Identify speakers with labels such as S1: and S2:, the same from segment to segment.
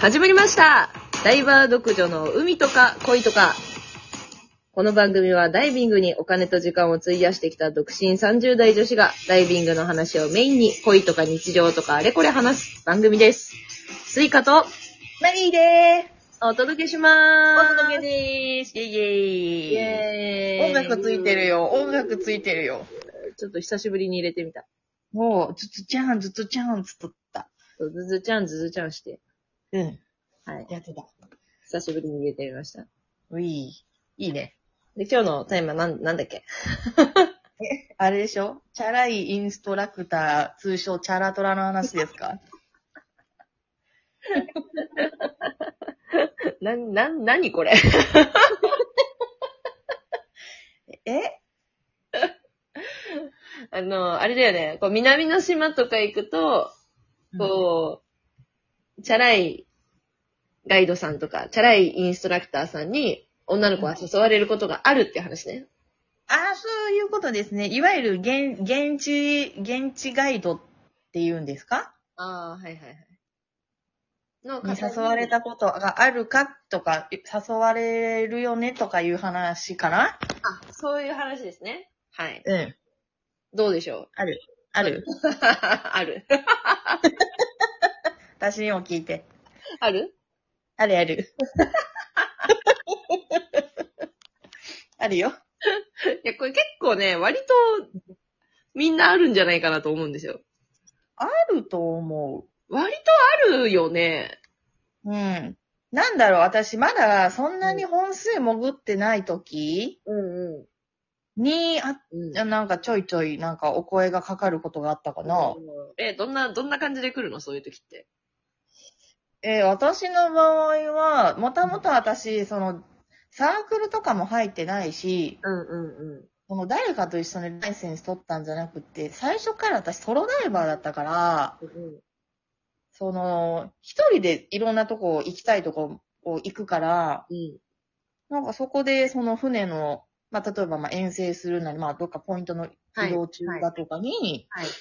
S1: 始まりましたダイバー独女の海とか恋とか。この番組はダイビングにお金と時間を費やしてきた独身30代女子がダイビングの話をメインに恋とか日常とかあれこれ話す番組です。スイカと
S2: マリーで
S1: お届けしま
S2: ー
S1: す。
S2: す。お届けでーす。イェイイ
S1: イ
S2: ェ
S1: ェ
S2: イ。
S1: ーイ。
S2: 音楽ついてる。よ。音楽ついてるよ。
S1: ちょっと久しぶりに入れてみた。
S2: もう、ずつちゃん、ずつちゃん、つっとった。
S1: そうズズちゃん、ズズちゃんして。
S2: うん。
S1: はい。
S2: やってた。
S1: 久しぶりに入れてみました。
S2: ういいいね。
S1: で、今日のテーマなん、なんだっけ
S2: あれでしょチャラいインストラクター、通称チャラトラの話ですか
S1: な、な、なにこれ
S2: え
S1: あの、あれだよね。こう、南の島とか行くと、こう、チャラいガイドさんとか、チャラいインストラクターさんに、女の子は誘われることがあるって話ね。
S2: ああ、そういうことですね。いわゆる現、現地、現地ガイドって言うんですか
S1: ああ、はいはいはい。の
S2: に誘われ。たことがあるかとか、誘われるよねとかいう話かな
S1: あ、そういう話ですね。はい。
S2: うん。
S1: どうでしょう
S2: ある
S1: ある。
S2: 私にも聞いて。
S1: ある
S2: あるある。 あるよ。
S1: いや、これ結構ね、割と、みんなあるんじゃないかなと思うんですよ。
S2: あると思
S1: 割とあるよね。
S2: う。うん。なんだろう、私まだそんなに本数潜ってない時
S1: うんう
S2: に、あ、
S1: ん。うん
S2: なんかちょいちょいなんかお声がかかることがあったかな。
S1: え、どんな、どんな感じで来るのそういう時って。
S2: えー私の場合は、もともと私、その、サークルとかも入ってないし、
S1: うんうんうん。
S2: その誰かと一緒にライセンス取ったんじゃなくて、最初から私ソロダイバーだったから、その、一人でいろんなとこ行きたいとこを行くから、
S1: うん。
S2: なんかそこでその船の、まあ、例えばまあ遠征するなり、まあ、どっかポイントの移動中だとかに、
S1: はいはい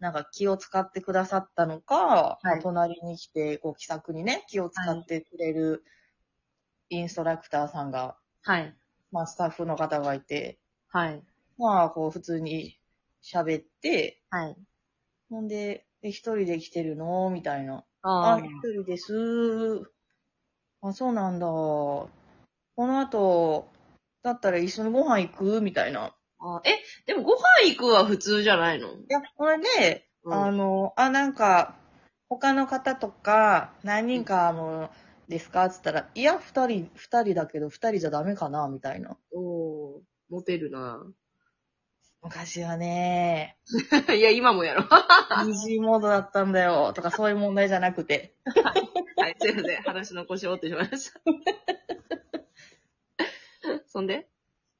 S2: なんか気を使ってくださったのか、
S1: い
S2: まあ隣に来て、こう気さくにね、気を使ってくれるインストラクターさんが、
S1: はい。
S2: まあ、スタッフの方がいて、
S1: はい。
S2: まあ、こう普通に喋って、
S1: はい。
S2: ほんで、え一人で来てるのみたいな。
S1: あ
S2: あ、一人です。あ、そうなんだ。この後、だったら一緒にご飯行くみたいな。
S1: あ。え、でもご飯行くは普通じゃないの
S2: いや、これで、あ
S1: あ
S2: の、あ、なんか、他の方とか、何人か、あの、ですかつったら、いや、二人、二人だけど、二人じゃダメかなみたいな。
S1: おーモテるな
S2: 昔はね、
S1: いや、今もやろ。
S2: イージーモードだったんだよ、とかそういう問題じゃなくて。
S1: はい、すいません。話の腰を折ってしまいました。 そんで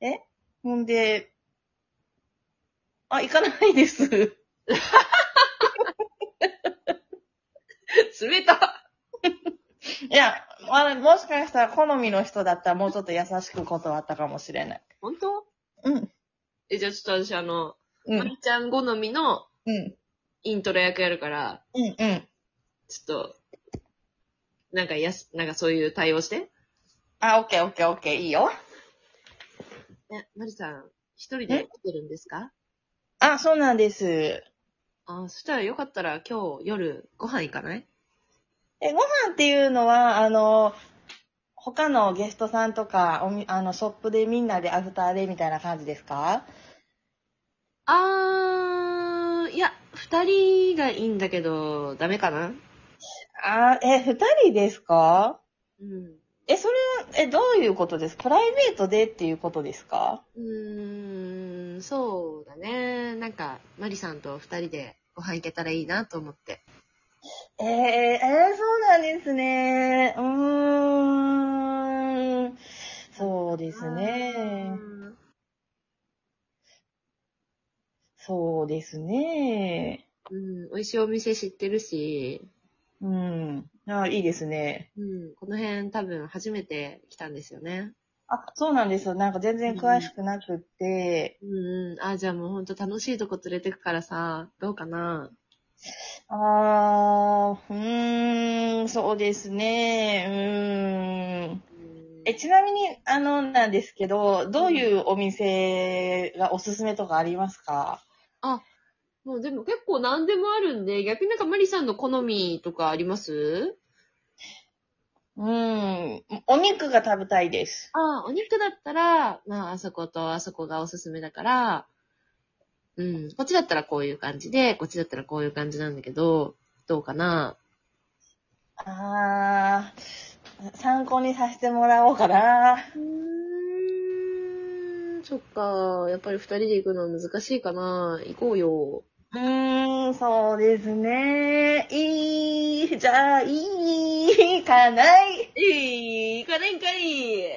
S2: ほんで、あ、行かないです。
S1: 冷た
S2: いや、まあ、もしかしたら好みの人だったらもうちょっと優しく断ったかもしれない。
S1: 本当
S2: うん。
S1: え、じゃあちょっと私あの、
S2: う
S1: まり
S2: ん。
S1: ちゃん好みの
S2: うん。
S1: イントロ役やるから、
S2: うん。うん。
S1: ちょっと、なんかやす、なんかそういう対応して。
S2: あ、オッケーオッケーオッケー、いいよ。
S1: え、のりさん、一人
S2: で
S1: 来てるんですか
S2: あ、そうなんです。
S1: あ、そしたらよかったら今日夜ご飯行かない
S2: え、ご飯っていうのは、あの、他のゲストさんとか、おみ、あの、ショップでみんなでアフターでみたいな感じですか
S1: あー、いや、二人がいいんだけど、ダメかな
S2: あ、え、二人ですか
S1: うん。
S2: え、それは、え、どういうことですプライベートでっていうことですか
S1: うーん、そうだね。なんか、のりさんと二人でご飯行けたらいいなと思って。
S2: えー、えーそうなんですね。うーん。そうですね。そうですね。
S1: うん、美味しいお店知ってるし、
S2: うん。あいいですね。
S1: うん、この辺多分初めて来たんですよね。
S2: あ、そうなんですよ。なんか全然詳しくなくって。
S1: うんうん。あ、じゃあもうほんと楽しいとこ連れてくからさ、どうかな。
S2: あー、うーん、そうですね、うーん。え、ちなみに、あの、なんですけど、どういうお店がおすすめとかありますか
S1: もうでも結構何でもあるんで、逆になんかマリさんの好みとかあります
S2: うーん、お肉が食べたいです。
S1: ああ、お肉だったら、まあ、あそことあそこがおすすめだから、うん、こっちだったらこういう感じで、こっちだったらこういう感じなんだけど、どうかな
S2: あー、参考にさせてもらおうかな。
S1: うーん、そっか。やっぱり二人で行くのは難しいかな。行こうよ。
S2: うーん、そうですね。いい、じゃあ、いい、行かない。
S1: えい、行かないんかい。
S2: っ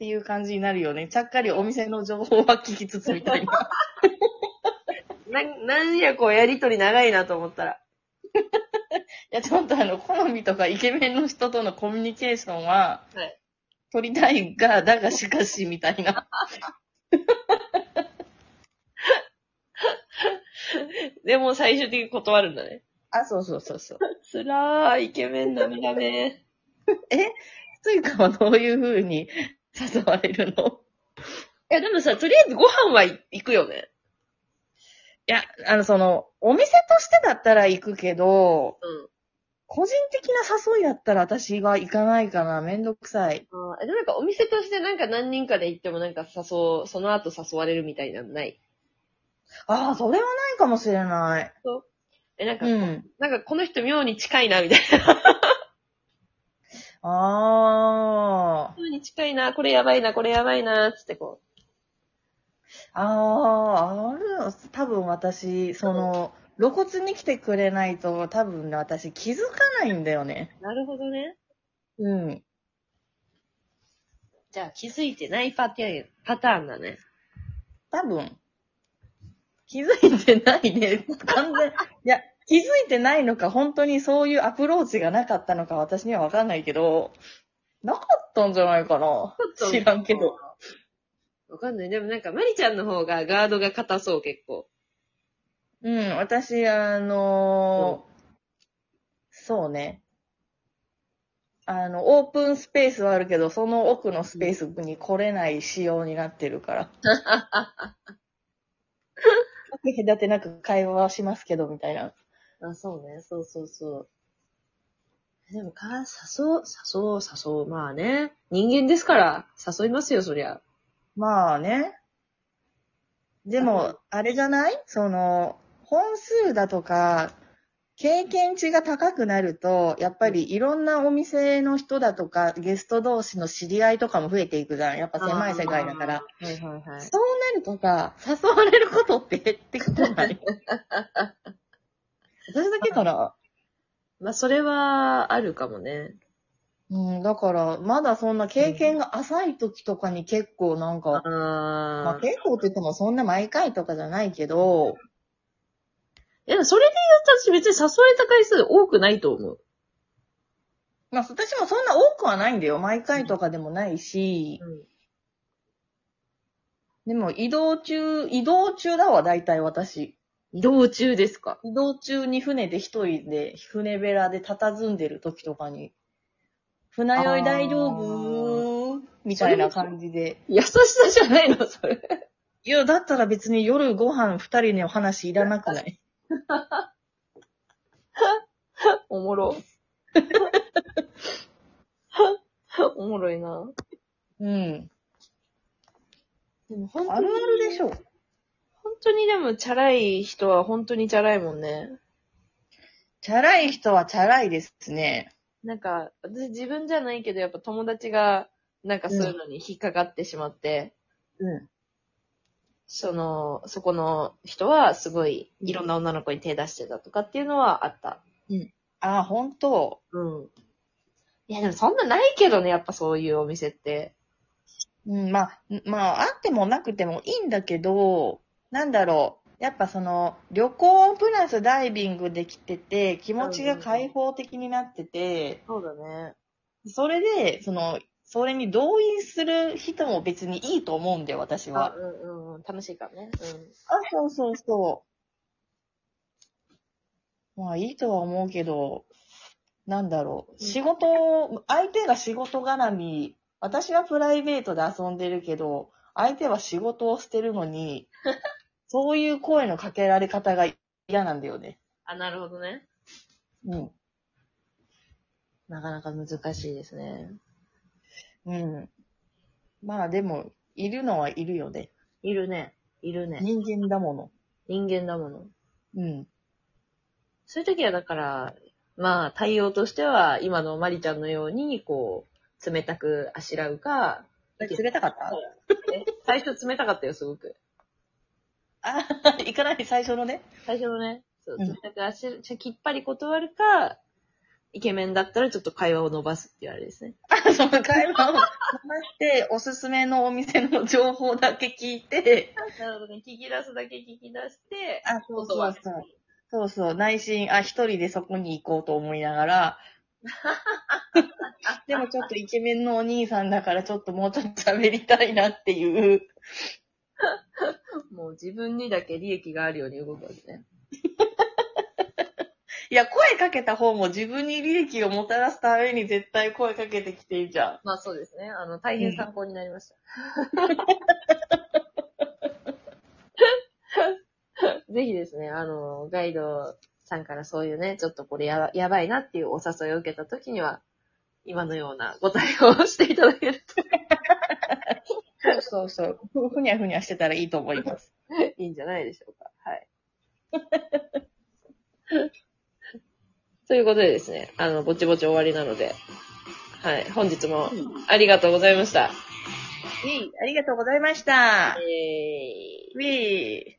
S2: ていう感じになるよね。ちゃっかりお店の情報は聞きつつみたいな。
S1: な、なんやこうやりとり長いなと思ったら。
S2: いや、ちょっとあの、好みとかイケメンの人とのコミュニケーションは
S1: はい、
S2: 取りたいが、だがしかし、みたいな。
S1: でも最終的に断るんだね。
S2: あ、そうそうそうそう。
S1: つらー、イケメン涙目。
S2: ついかはどういう風に誘われるの
S1: いや、でもさ、とりあえずご飯は行くよね。
S2: いや、あの、その、お店としてだったら行くけど、
S1: うん。
S2: 個人的な誘いだったら私が行かないかな。めんどくさい。
S1: あーえでもなんかお店としてなんか何人かで行ってもなんか誘う、その後誘われるみたいなのない。
S2: ああ、それはないかもしれない。
S1: え、なんか、
S2: うん。
S1: なんかこの人妙に近いな、みたいな。
S2: ああ。
S1: 妙に近いな、これやばいな、これやばいな、つってこ
S2: ああ、ある多分私、その、露骨に来てくれないと、多分ね私気づかないんだよね。
S1: う。なるほどね。
S2: うん。
S1: じゃあ気づいてないパターン、パターンだね。
S2: 多分。気づいてないね。 完全。いや、気づいてないのか、本当にそういうアプローチがなかったのか、私にはわかんないけど、なかったんじゃないか
S1: ち
S2: な
S1: ょっ。と
S2: 知らんけど。
S1: わかんない。でもなんかマリちゃんの方がガードが硬そう、結構。
S2: うん、私、あのーそうね。あの、オープンスペースはあるけど、その奥のスペースに来れない仕様になってるから。隔け隔てなく会話はしますけど、みたいな。
S1: あ、そうね。そうそうそう。でもか、誘う、誘う、誘う。まあね。人間ですから、誘いますよ、そりゃ。
S2: まあね。でも、あれじゃないその、本数だとか、経験値が高くなると、やっぱりいろんなお店の人だとか、ゲスト同士の知り合いとかも増えていくじゃん。やっぱ狭い世界だから。
S1: あー。はいはいはい。
S2: そうなるとか、誘われることって減ってくるない 私だけかな。
S1: まあ、それは、あるかもね。
S2: うん、だから、まだそんな経験が浅い時とかに結構なんか、ま
S1: あ
S2: あ
S1: あ。
S2: 結構って言ってもそんな毎回とかじゃないけど、
S1: いや、それで言うと私別に誘われた回数多くないと思う。
S2: まあ私もそんな多くはないんだよ。毎回とかでもないし、でも移動中、移動中だわ、大体私。
S1: 移動中ですか
S2: 移動中に船で一人で、船べらで佇んでる時とかに、船酔い大丈夫みたいな感じで。
S1: 優しさじゃないの、そ れ。
S2: いや、だったら別に夜ご飯二人の話いらなくない
S1: おもろ。 おもろいな。
S2: うん。
S1: でも本
S2: あるあるでしょ。
S1: 本当にでも、チャラい人は本当にチャラいもんね。
S2: チャラい人はチャラいですね。
S1: なんか、私自分じゃないけど、やっぱ友達が、なんかそういうのに引っかかってしまって、
S2: うん。
S1: その、そこの人はすごい、いろんな女の子に手出してたとかっていうのはあった。
S2: あ、本当
S1: うん。いや、でもそんなないけどね、やっぱそういうお店って。
S2: うん、まあ、んまあ、あってもなくてもいいんだけど、なんだろう。やっぱその、旅行プラスダイビングできてて、気持ちが開放的になってて、
S1: そうだね。
S2: それで、その、それに動員する人も別にいいと思うんだよ、私
S1: あ
S2: は。
S1: うんうんうん。楽しいからね。
S2: あ、そうそうそまあいいとは思うけど、なんだろう。仕事、相手が仕事絡み、私はプライベートで遊んでるけど、相手は仕事をしてるの に、そういう声のかけられ方が嫌なんだよね。
S1: あ、なるほどね。
S2: うん。
S1: なかなか難しいですね。
S2: うん。まあでも、いるのはいるよね。
S1: いるね。いるね。
S2: 人間だもの。
S1: 人間だもの。
S2: うん。
S1: そういう時はだから、まあ対応としては、今のマリちゃんのように、こう、冷たくあしらうか、
S2: 冷たかった
S1: え最初冷たかったよ、すごく。
S2: あ、 いかない最初のね。
S1: 最初のね、そう
S2: うん
S1: 冷たくあしら、ちょきっぱり断るか、イケメンだったらちょっと会話を伸ばすっていうあれですね。
S2: その会話を話して、おすすめのお店の情報だけ聞いて、
S1: なるほどね。聞き出すだけ聞き出して、
S2: あ、そうそうそう。そうそう、内心、あ、一人でそこに行こうと思いなが ら、でもちょっとイケメンのお兄さんだからちょっともうちょっと喋りたいなっていう。
S1: もう自分にだけ利益があるように動くわけね。
S2: いや、声かけた方も自分に利益をもたらすために絶対声かけてきていいじゃん。
S1: まあそうですね。あの、大変参考になりました。 ぜひですね、あの、ガイドさんからそういうね、ちょっとこれやばやばいなっていうお誘いを受けたときには、今のようなご対応をしていただける
S2: そうそうそう。ふふにゃふにゃしてたらいいと思います。
S1: といいんじゃないでしょうか。はい。 ということでですね、あの、ぼちぼち終わりなので、はい、本日もありがとうございました。
S2: いい、ありがとうございました。
S1: えー
S2: ウィー。